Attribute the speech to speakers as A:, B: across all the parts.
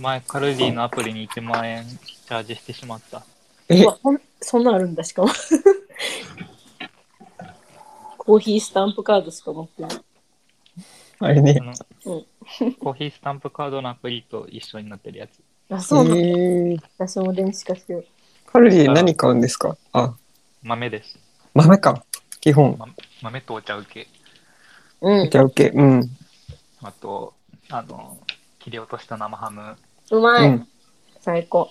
A: 前、カルディのアプリに1万円チャージしてしまった。
B: え
C: うわそんそんなんあるんだしかも コーヒースタンプカードしか持ってない
B: あれね
A: あ。のコーヒースタンプカードのアプリと一緒になってるやつ。
C: あ
B: え
C: そうなんだ、
B: ー、
C: 私も電子化してる
B: カルディ何買うんですかあ、
A: 豆です。
B: 豆か。基本。
A: ま豆とお茶受け。
C: うん
B: じゃあ受け。うん。
A: あと、あの、切り落とした生ハム。
C: う
B: う
C: まい、
B: ん。
C: 最高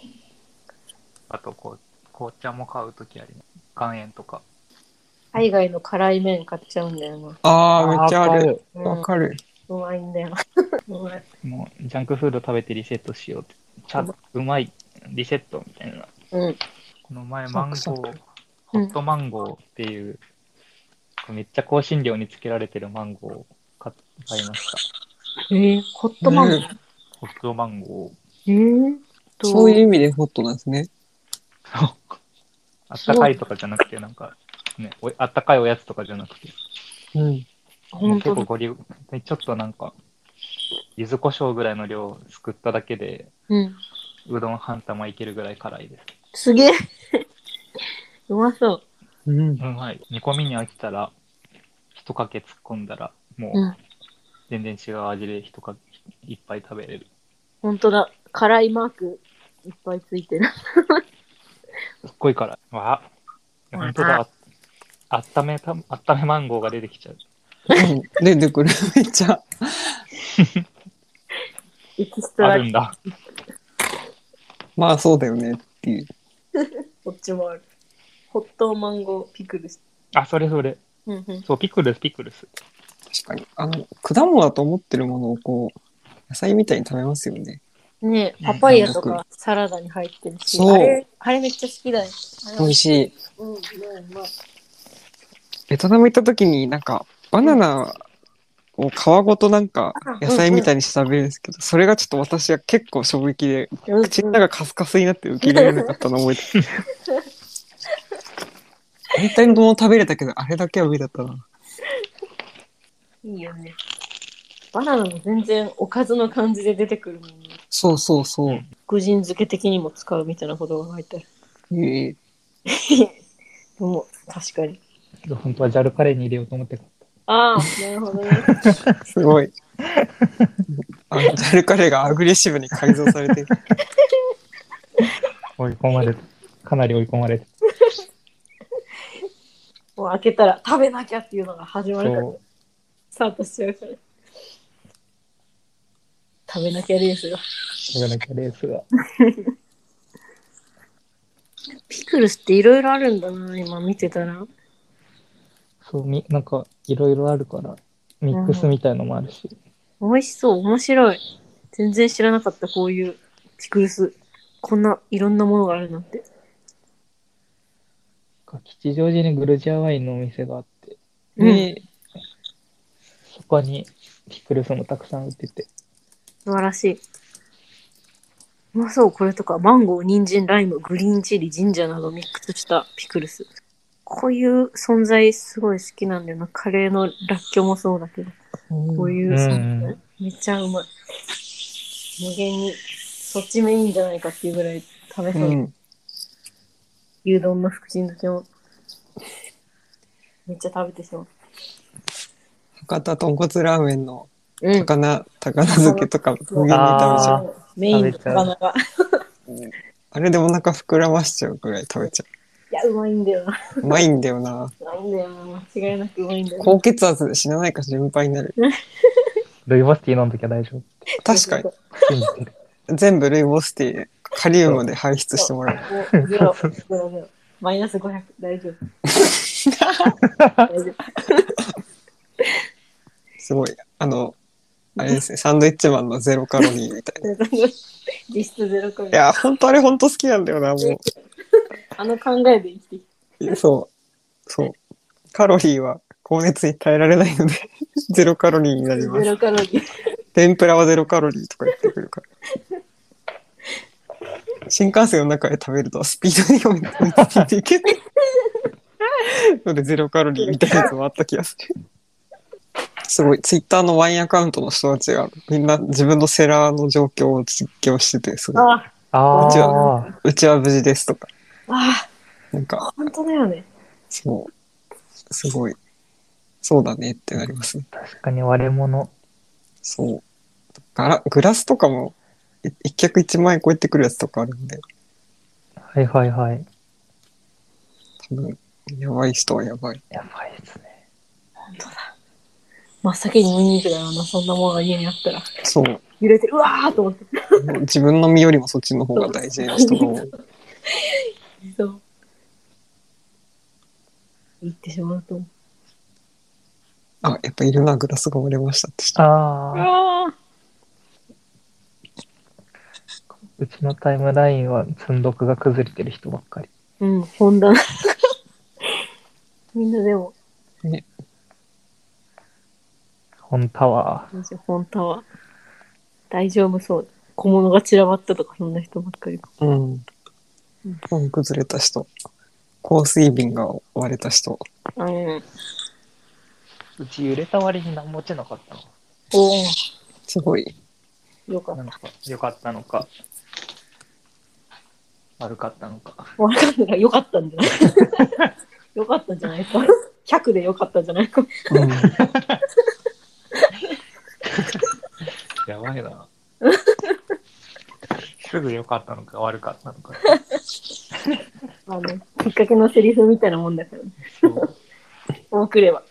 A: あとこう、紅茶も買うときあります。岩塩とか。
C: 海外の辛い麺買っちゃうんだよな
B: あー、めっちゃある。。
C: うん
B: わかる。
C: うまいんだよ うまい
A: もう、ジャンクフード食べてリセットしようって。ちゃうまい。リセットみたいな。
C: うん
A: この前、マンゴ
B: サクサ
A: ー、
C: う
A: ホ
C: ん
A: ットマンゴーっていう、めっちゃ香辛料につけられてるマンゴーを買買いました。
C: えー、ホットマンゴー、
A: ホットマンゴ
C: えーっと
B: そういう意味でホットなんですね。
A: ー。あったかいとかじゃなくて、なんか、ね、おあったかいおやつとかじゃなくて、
B: うん。
A: もう
C: 本
A: 結
C: 当
A: 構
C: だ
A: ゴリ、でちょっとなんか、柚子胡椒ぐらいの量をすくっただけで、
C: うん
A: うどん半玉いけるぐらい辛いです。
C: すげえ うまそ
B: う
C: う
B: ん
A: う。まい。煮込みに飽きたら、一かけ突っ込んだら、も
C: う、
A: うん全然違う味で一かけ、いっぱい食べれる。
C: 本当だ辛いマークいっぱいついてる
A: すっごい辛い。わあ、
C: わあ
A: 本当だ。あっためた、あっためマンゴーが出てきちゃう。
B: うん出てくる。 めっちゃ。
C: エキスト
A: あ
C: ラ
A: るんだ。
B: まあそうだよねっていう。
C: こっちもある。ホットマンゴーピクルス。
A: あ、それそれ。
C: うんうん。
A: そう、ピクルス、ピクルス。
B: 確かに。あの、果物だと思ってるものをこう、野菜みたいに食べますよね。
C: ね
A: う
C: え、
A: ん
C: パパイヤとかサラダに入ってるし、
B: そう
C: あれ、あれめっちゃ好きだよ。あれ
B: 美味しい。
C: うん、うん、まい。
B: ベトナム行った時になんか、バナナを皮ごとなんか
C: あ
B: 野菜みたいにして食べるんですけど、それがちょっと私は結構衝撃で、
C: うん、
B: 口の中カスカスになって受け入れられなかったの覚えてる。全体のもの食べれたけど、あれだけは無理だったな。
C: いいよね。バナナも全然おかずの感じで出てくるもんね。
B: そうそうそう。
C: 福神漬け的にも使うみたいなことが書いてある。
B: ええ
C: でも確かに。
A: 本当はジャルカレーに入れようと思ってた。
C: ああ、なるほ どね。
B: すごい。あのジャルカレーがアグレッシブに改造され てる。
A: 追い込まれて、かなり追い込まれて。
C: もう開けたら食べなきゃっていうのが始まるから、
A: そう。
C: スタートしちゃうから。食べなきゃですよ。
A: だからカレースが。
C: ピクルスっていろいろあるんだな、今見てたら。
A: そう、みなんか、いろいろあるから、ミックスみたいのもあるし。
C: 美味しそう、面白い。全然知らなかった、こういうピクルス。こんないろんなものがあるなんて。
A: 吉祥寺にグルジアワインのお店があって、
C: うん
B: ええ
A: そこにピクルスもたくさん売ってて、
C: 素晴らしい。うまそう、これとか。マンゴー、人参、ライム、グリーンチリ、ジンジャーなどをミックスしたピクルス。こういう存在すごい好きなんだよな。カレーのラッキョもそうだけど、こういう存在。
A: うんう
C: めっちゃうまい。無限に、そっちもいいんじゃないかっていうぐらい食べそうう。
B: ん。
C: 牛丼の福神漬けもめっちゃ食べてしまう。
B: 博多豚骨ラーメンの
C: う
B: 高菜、高菜漬けとか無限に食べちゃ
A: あ
B: う。
C: メインの魚が。
B: あれでお腹膨らましちゃうくらい食べちゃ
C: いや、うまいんだよな。
B: う。うまいんだよな。
C: うまいんだよな。間違いなくうまいんだよな。
B: 高血圧で死なないか心配になる。
A: ルイボスティー飲んときは大丈 夫。
B: 確かに。
A: 信じてる。
B: 全部ルイボスティー、カリウムで排出してもらう。
C: もうゼロ、ゼロ、ゼロ。マイナス500、大丈夫。大丈
B: すごい。あの、あれですね、サンドイッチマンのゼロカロリーみたいな。い
C: 夫。実質ゼロくらい。
B: や、ほんとあれほんと好きなんだよな、も
C: あの考えで生きてき
B: う。そう。そう。カロリーは高熱に耐えられないので、 ゼロカロリーにな
C: た。
B: り
C: ゼ
B: ます。
C: ロカロリー。
B: 天ぷらはゼロカロリーとか言ってくるから。新幹線の中で食べるとスピードに読みついていけない。のでゼロカロリーみたいなやつもあった気がする。すごい、ツイッターのワインアカウントの人たちが、みんな自分のセラーの状況を実況してて、すごい。
C: あ
A: あ
B: こんにち
A: あ、
B: うちは無事ですとか、
C: あ、
B: なんか、
C: 本当だよね。
B: そう、すごい、そうだねってなりますね。
A: 確かに割れ物。
B: そう。ガラグラスとかも、い一脚一万円超えてくるやつとかあるんで、
A: はいはいはい。
B: 多分、やばい人はやばい。
A: やばいですね。
C: 本当だ。真っ先に見に行くだろうな、そんなものが家にあったら。
B: そう。
C: 揺れて、うわーと思って。
B: もう自分の身よりもそっちの方が大事な人が 多い。
C: そう。行ってしまうと思う。
B: あ、やっぱいるな、グラスが割れましたって人。
A: ああ、
C: あ
A: うちのタイムラインは積んどくが崩れてる人ばっかり。
C: うん、本棚。みんなでも、
A: 本タワ
C: マジ本当は大丈夫そう。小物が散らばったとか、そんな人ばっかり。
B: うん。本崩れた人。香水瓶が割れた人。
C: うん。
A: ー。うち揺れた割に何も落ちなかった
C: お
B: すごい。
C: お、よかった
A: な。んか、良かったのか、悪かったのか。
C: わかんない。よかったんじ ゃないよかったんじゃないか。100でよかったんじゃないか。
B: うん。
A: やばい な。すぐ良かったのか悪かったのか。
C: あの、きっかけのセリフみたいなもんだから、ね、
A: そう
C: 多くれば。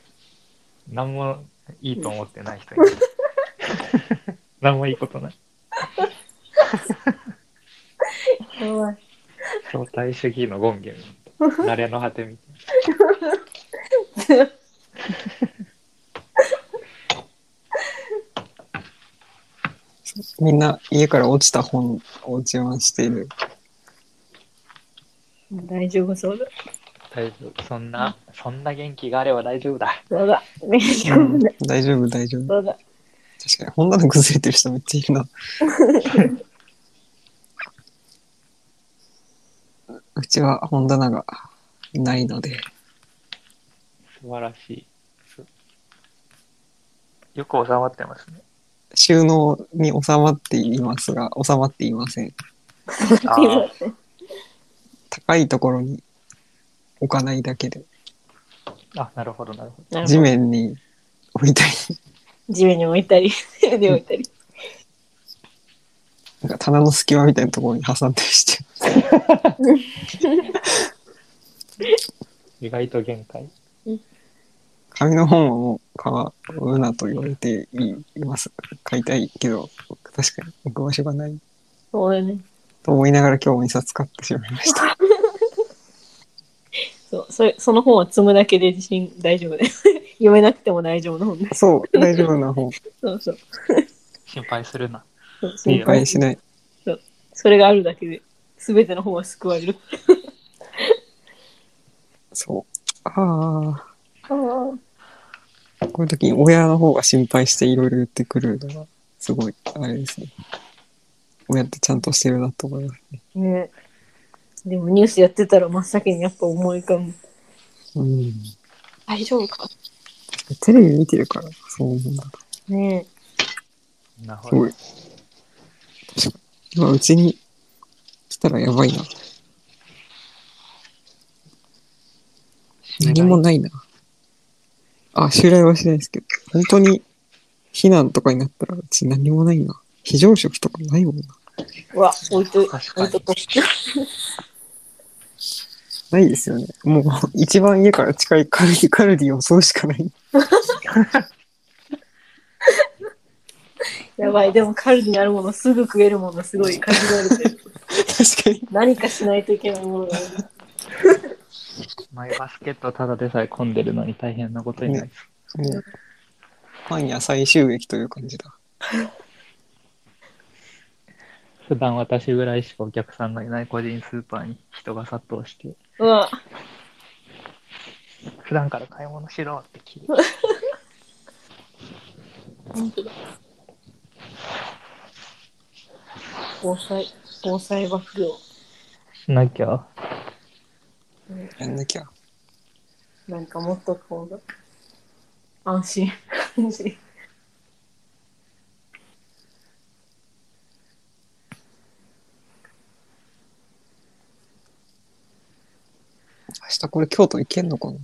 A: 何もいいと思ってない人に。 何もいいこと ない。相対主義の権限。慣れの果てみたいな。
B: みんな家から落ちた本を自慢している。
C: 大丈夫そうだ。
A: 大丈夫。そんな、そんな元気があれば大丈夫だ。
C: そうだ。大丈
B: う
C: 夫
B: ん
C: だ。
B: 大丈夫、大丈夫。
C: そうだ。
B: 確かに、本棚崩れてる人めっちゃいる な。うちは本棚がないので、
A: 素晴らしい。すよく収まってますね。
B: 収納に収まっていますが、収まっていません。
A: あ
C: そうだ
A: ー
C: って
B: 高いところに置かないだけで、
A: あ、なるほど、なるほど。
C: なるほど
B: 地面に置いたり、
C: 地面に置いたり、手で置いたり。
B: なんか棚の隙間みたいなところに挟んでして、
A: 意外と限界。
B: 紙の本はもう買うなと言われています。買いたいけど、確かに置く場所がない
C: そうだね。
B: と思いながら今日も2冊買ってしまいました。
C: そうそれその本は積むだけで自信大丈夫です。 読めなくても大丈夫な本だ。
B: そう、大丈夫な本。
C: そうそう。
A: 心配するな。
C: そう
B: 心配しない。
C: それがあるだけで、すべての本は救われる。
B: そう。あ
C: ああ。
B: あ、こういう時に親の方が心配していろいろ言ってくるのが、すごい、あれですね。親ってちゃんとしてるなと思います。
C: ねでもニュースやってたら真っ先にやっぱ思い浮かぶ。
B: うん。
C: 大丈夫か
B: テレビ見てるから、そう思うんだ。
C: ね
A: なるほ
B: すごい。確かに。今、うちに来たらやばいな。何もないな。あ、襲来はしないですけど、本当に避難とかになったら、うち何もないな。非常食とかないもんな。
C: え。うわ、置いと、置
A: 確かに
C: いとこ
B: ないですよね。もう、一番家から近いカルディ、カルディを襲うしかない。
C: やばい、でもカルディにあるものすぐ食えるものすごい限られ てる。
B: 確かに。
C: 何かしないといけないものがある。
A: マイバスケットただでさえ混んでるのに大変なことになりそ
B: もう、パン屋最終劇という感じだ。
A: う普段私ぐらいしかお客さんがいない個人スーパーに人が殺到して、
C: うわ、
A: 普段から買い物しろって聞いて。
C: 本当だ。防災、防災バッグを
A: しなきゃ。
B: やんなきゃ。
C: なんか持っとく方が安心。感じ。
B: 明日これ京都行けんのかな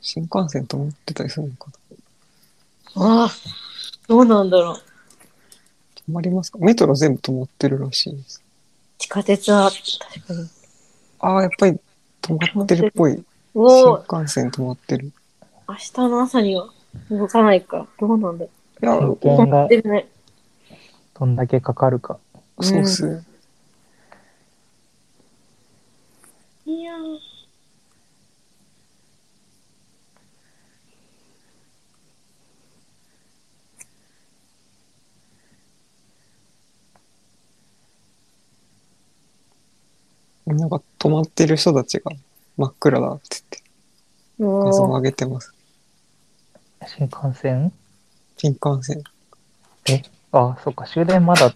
B: 新幹線止まってたりするのかな
C: ああ、どうなんだろう。
B: 止まりますかメトロ全部止まってるらしいです。
C: 地下鉄は、確かに。
B: ああ、やっぱり止まってるっぽい。
C: うおー
B: 新幹線止まってる。
C: 明日の朝には動かないか。どうなんだろ
B: いや、
A: 運
C: う。
A: 転が
C: でもね、
A: どんだけかかるか。
B: そうっすね。
C: いやー
B: なんか止まってる人たちが真っ暗だって言って画像を
C: も
B: 上げてます。
A: 新幹線
B: 新幹線。
A: あ、そっか、終電まだ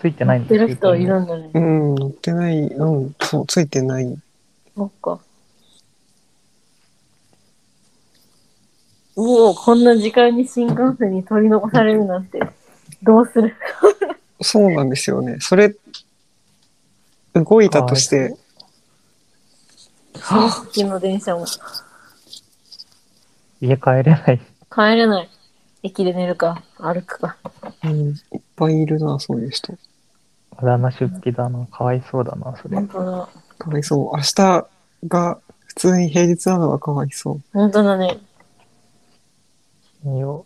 A: ついてないん
C: う、
A: だ
C: 出る人はいるんだね
B: う。ん、乗ってない。うん、そう、ついてない。
C: そっか。おお、こんな時間に新幹線に取り残されるなんて、どうする
B: そうなんですよね。それ、動いたとして、
C: さっきの電車も。
A: 家帰れない。
C: 帰れない。駅で寝るか、歩くか。
B: うん、いっぱいいるな、そういう人。
A: 無駄な出費だな。かわいそうだな、それ。
C: 本当だ。
B: かわいそう。明日が普通に平日なのがかわいそう。
C: 本当だね。
A: 金曜。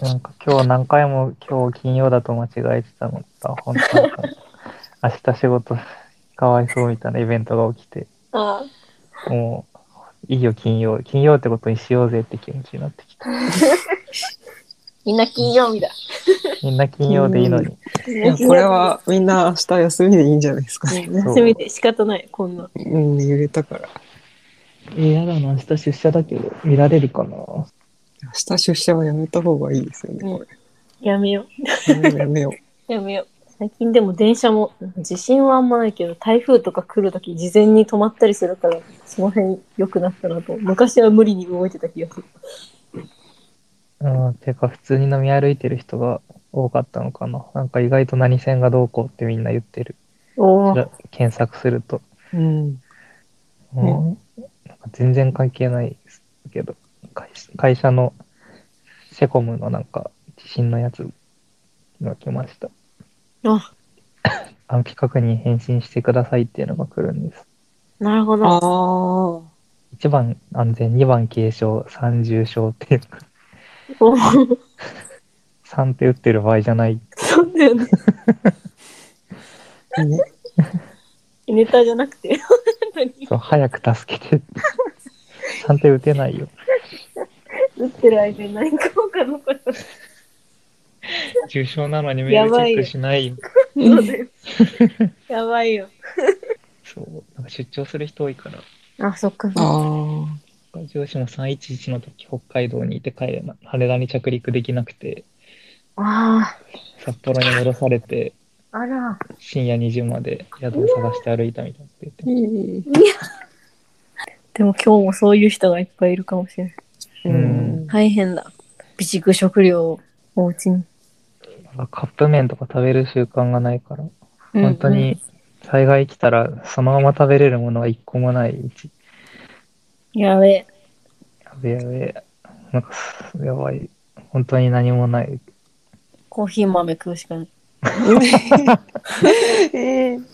A: なんか今日何回も今日金曜だと間違えてたのだ。本当なんか明日仕事かわいそうみたいなイベントが起きて、
C: ああ、
A: もういいよ金曜、金曜ってことにしようぜって気持ちになってきた。
C: みんな金曜日だ。
A: みんな金曜でいいのに。
C: みん
B: い
C: な
B: や、
C: 金曜日だ
B: これ。はみんな明日休みでいいんじゃないですか
C: う
B: ね。
C: ん休みで仕方ない、こんな。
B: うん、揺れたから。
A: え、やだな、明日出社だけど、見られるかな。
B: 明日出社はやめた方がいいですよね、こ
C: やめよう。
B: れ。もうやめよう。
C: やめよう。最近でも電車も、地震はあんまないけど、台風とか来るとき、事前に止まったりするから、その辺良くなったなと。昔は無理に動いてた気がする。
A: うん、てか普通に飲み歩いてる人が多かったのかな。なんか意外と何線がどうこうってみんな言ってる。
C: おお。
A: ら検索すると。
B: うん。
A: もうなんか全然関係ないですけど会社会社のセコムのなんか地震のやつが来ました
C: あ、
A: 安否確認返信してくださいっていうのが来るんです
C: なるほ
B: あ
C: ど。
B: あ。
A: 1番安全2番軽症3重症っていうか
C: おお。
A: 3って打ってる場合じゃない
C: そうだよね。
B: ね、
C: ネタじゃなくて。 本当に
A: そう早く助 けて3って打てないよ
C: 打ってる間に何かをかのかと。
A: 重症なのにメールチェックしないよ
C: そうだよ。やばいよ。
A: そうなんか出張する人多いから
C: あ、そっか。
B: あ
A: 上司も311の時北海道にいて帰れな羽田に着陸できなくて
C: あ
A: 札幌に戻されて
C: あ。あら。
A: 深夜2時まで宿を探して歩いたみたいなこと
B: あ。
A: 言って
B: いい。
C: でも今日もそういう人がいっぱいいるかもしれない。
B: うん。
C: 大変だ。備蓄食料をお家に。
A: なんかカップ麺とか食べる習慣がないから
C: うん
A: 本当に災害来たらそのまま食べれるものは一個もないうち
C: やべえ。
A: やべやべなんかやばい本当に何もない
C: コーヒー豆食うしかない。
B: えー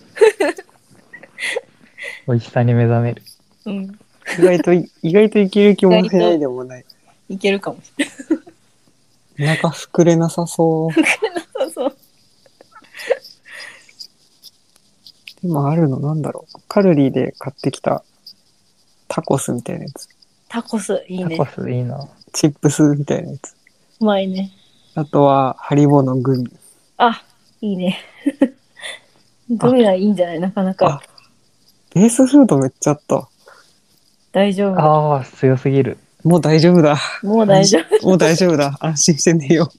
A: 美味しさに目覚める
C: うん。
B: 意外とい、意外といける気もしないでもない。
C: いけるかもし
B: お腹膨れなさそう。
C: れない。そうそう。
B: 今あるのなんだろう。カルリーで買ってきたタコスみたいなやつ。
C: タコス、いい
A: タ
C: ね
A: コ。スいいな
B: チップスみたいなやつ。
C: うまいね。
B: あとは、ハリボーのグミ。
C: あ、い いね。グミはいいんじゃないなかな
B: あ
C: か。、
B: ベースフードめっちゃあった。
C: 大丈夫。
A: ああ強すぎる
B: もう大丈夫 だ。
C: もう大丈
B: もう大丈夫だ。安心して寝よ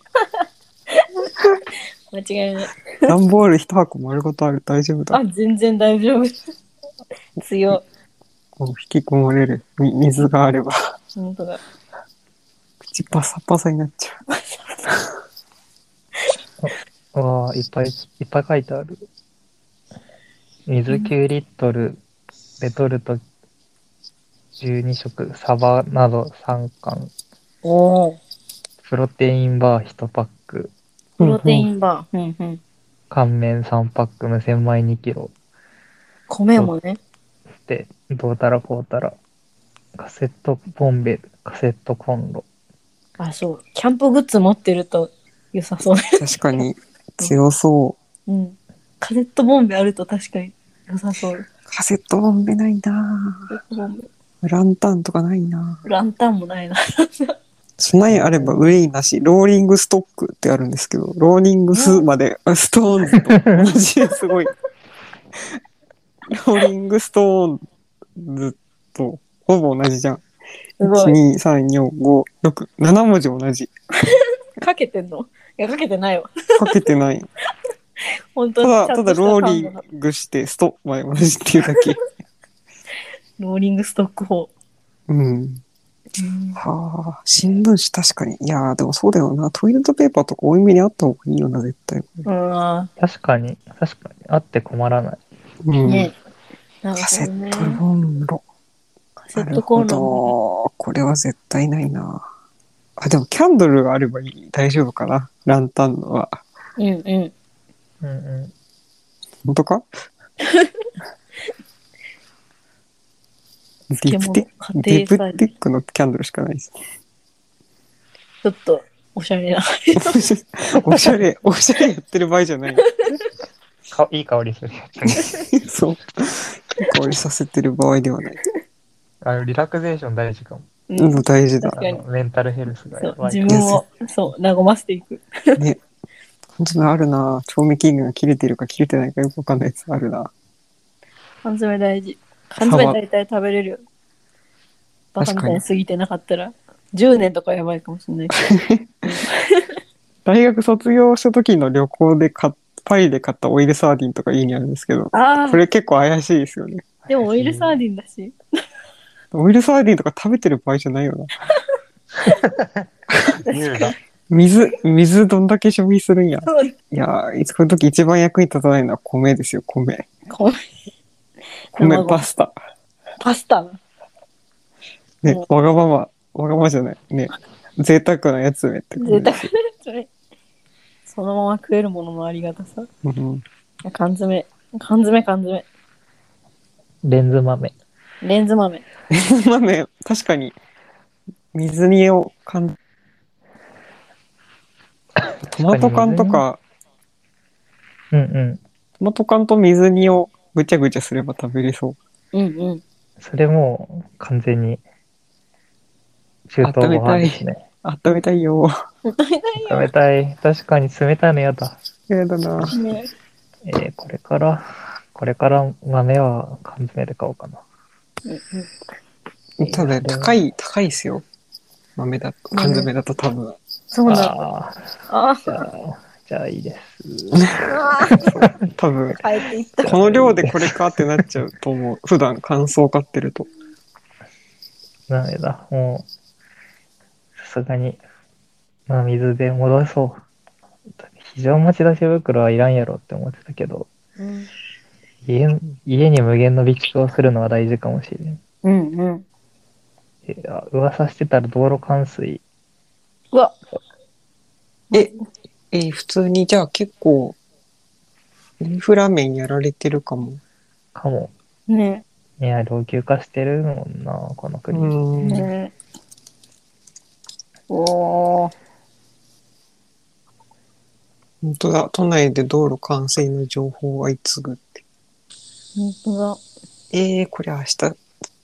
C: 夫。間違いない。
B: う。段ボール一箱丸ごとある。大丈夫だ
C: あ、。全然大丈夫。強い。
B: もう引き込まれる。み水があれば。
C: 本当だ。
B: 口パサパサになっちゃ
A: わあ、いっぱい、いっぱい書いてある。水9リットル、レトルト12食、サバなど3貫、
C: おお。
A: プロテインバー1パック、
B: う。
C: プロテイ
B: ン。
C: ンバー。うんうん。
A: 乾麺3パック、無洗米2キロ、
C: 米もね。
A: で、どうたらこうたら、カセットボンベル、カセットコンロ、
C: あ、そう。キャンプグッズ持ってると良さそうね。
B: 確かに強そう。
C: うん。カセットボンベあると確かに良さそう。
B: カセットボンベないな
C: カセットボンベ
B: ランタンとかないな
C: ランタンもないな。
B: 備えあれば憂いなし、ローリングストックってあるんですけど、ローリングスまで、あストーンズと同じですごい。ローリングストーンズとほぼ同じじゃん。
C: すご い。
B: 1、2、3、4、5、6、7文字同じ。
C: かけてんのいや、かけてないわ。
B: かけて ない。
C: 本当
B: た
C: に
B: だ、
C: ちゃ
B: た
C: んと
B: だ
C: した
B: ロー
C: サ
B: リ
C: ンド
B: ン
C: の
B: グしてストまで同じっていうだ け。
C: ローリングストック法。
B: うん。
C: うん
B: はあ、新聞紙確かに。いやー、でもそうだよな。トイレットペーパーとか多めにあった方がいいよな、絶対。
C: あ
A: 確かに、確かに、あって困らない。
B: う
C: ー
B: ん。
C: ね。なる
B: カ
C: ほ
B: セ
C: ど
B: ッ
C: ね
B: ト。ボンロ。
C: カセ
B: な
C: ッ
B: る
C: トコ
B: ほ
C: ンロも
B: ど。これは絶対ないな。あ、でもキャンドルがあればいい。大丈夫かな。ランタンは。
C: ね。うんうん。
A: うんうん。
B: 本当かディプテ
C: 漬物家
B: ディ
C: 庭
B: プ
C: 菜
B: ティックのキャンドルしかない です。
C: ちょっと、おしゃれな。
B: おしゃれ、おしゃれやってる場合じゃない。
A: かいい香りするやつね。
B: そう。香りさせてる場合ではない。
A: あのリラクゼーション大事かも。
C: う
B: うんん、大事だ。
A: あのメンタルヘルスが
C: そ
A: や
C: う
A: ばい。
C: 自分を、そう、和ませていく。
B: ね。本当にあるな。調味期限が切れてるか切れてないかよくわかんないやつあるな。
C: 缶詰大事。缶詰大体食べれるよ。バカみたいに過ぎてなかったら、10年とかやばいかもしれないけ ど。
B: 大学卒業した時の旅行で買っパリで買ったオイルサーディンとか家にあるんですけど、
C: あ
B: これ結構怪しいですよね。
C: あ、でもオイルサーディンだし。
B: オイルサーディンとか食べてる場合じゃないよな。
A: 優雅。
B: 水、水どんだけ消費するんや。
C: そう
B: いやー、いつこの時一番役に立たないのは米ですよ、米。
C: こう
B: 米
C: 卵
B: パスタ。
C: パスタな。
B: ね
C: うん、
B: わがまま、わがままじゃない。ね、贅沢なやつめって
C: 贅
B: 感じ
C: 沢それ。そのまま食えるもののありがたさ。
B: うん
C: 缶詰、缶詰、缶詰。
A: レンズ豆。
C: レンズ豆。
B: まあね、確かに、水煮を缶、トマト缶とか、
A: うんうん。
B: トマト缶と水煮をぐちゃぐちゃすれば食べれそう。
C: うんうん。
A: それもう完全に中東ご飯ですね。
B: 温めたいよ。
A: 食べたい。確かに冷たいのやだ。
B: やだな。
C: ね
A: えーこれから、これから豆は缶詰で買おうかな。
C: うんうん
B: ただ、高い、高いですよ。豆だと、缶詰だと多分。
C: そうだ。
A: ああ、
C: あ
A: じゃあ、じゃあいいです。
C: あ。
B: 多分、
C: 変えていった。
B: この量でこれかってなっちゃうと思う。 普段乾燥買ってると。
A: ダメだ。もう、さすがに、まあ水で戻そう。非常持ち出し袋はいらんやろって思ってたけど、
C: うん
A: 家家に無限の備蓄をするのは大事かもしれん。
C: うんうん。
A: いや噂してたら道路冠水。
C: うわ。
B: え、えー普通に、じゃあ結構、インフラ面やられてるかも。
A: かも。
C: ね
A: いや、老朽化してるもんな、この国。
C: え。ねえ。おー。
B: 本当だ、都内で道路冠水の情報が相次ぐって。
C: 本当だ。
B: えー、これ明日、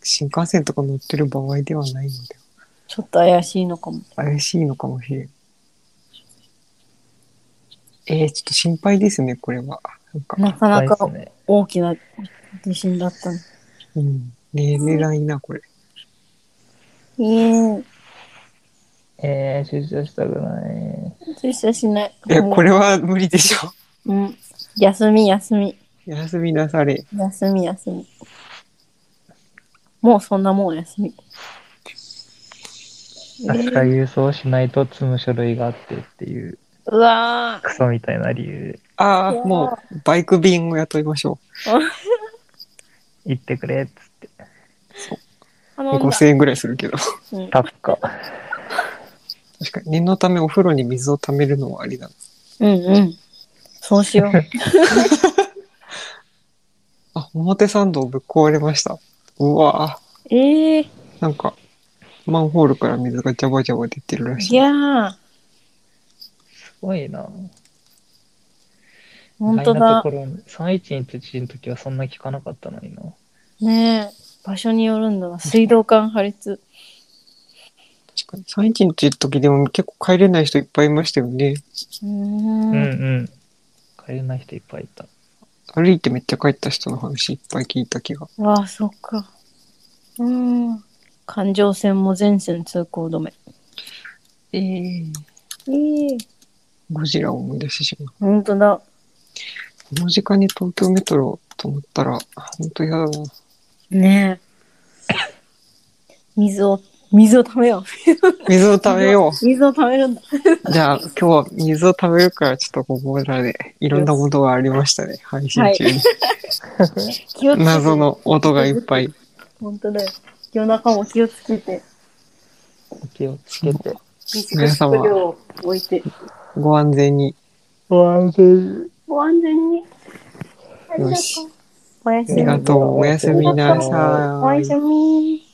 B: 新幹線とか乗ってる場合ではないので、
C: ちょっと怪しいのかも。
B: 怪しいのかもしれん。えー、ちょっと心配ですね、これは。なんか、
C: なかな
A: 怖
C: か
A: いっすね。
C: 大きな地震だったね。
B: うん、寝れないな、これ。
C: ええ。
A: えー、出社したくない。
C: 出社しない。
B: いや、これは無理でしょ。
C: うん。休み、休み。
B: 休みなされ。
C: 休み、休み。もうそんなもん休み。
A: 明日郵送しないと積む書類があってっていう
C: うわ
A: クソみたいな理由で
B: ああ、
C: いやー
B: もう、バイク便を雇いましょ
A: 言ってくれっつって
C: ー頼
B: う。
C: んだ
B: 5000円ぐらいするけど。
C: うん
A: 確か
B: 確かに、念のためお風呂に水を溜めるのはありだな。
C: うんうんそうしよ う
B: あ、表参道ぶっ壊れました。うわぁ、
C: ええ
B: なんか、マンホールから水がジャバジャバ出てるらし
C: い
B: い。
C: やー
A: すごいな
C: 本当
A: 意外な
C: だ
A: ところに311地震の時はそんな聞かなかったのにな
C: ねえ場所によるんだな水道管破裂
B: 確かに。3 1日の時でも結構帰れない人いっぱいいましたよね。
C: うー
A: うん
C: ん
A: うんん帰れない人いっぱいいた
B: 歩いてめっちゃ帰った人の話いっぱい聞いた気が。
C: わあそっかうーん環状線も全線通行止め
B: ええ
C: ええ
B: ゴジラを思い出してしまう。
C: 本当だ
B: この時間に東京メトロと思ったら、ほんと嫌だな。
C: ね え水を水を溜めよ
B: 水を食べよ
C: う水を溜めるんだ
B: う。じゃあ今日は水を食べるからちょっとここらでいろんなことがありましたね。配信中に。
C: 気をつけて
B: 謎の音がいっぱい。
C: 本当だよ夜中も気をつけて
A: お気をつけて
C: 短い食料を置いて
B: ご安全 に。
A: ご安全
C: ご安全にあり
B: よ
C: がと
B: し
C: うおやす
B: あり
C: み
B: がとう。おやすみな
A: ありがと
B: さ
A: う
B: い。
C: おやすみ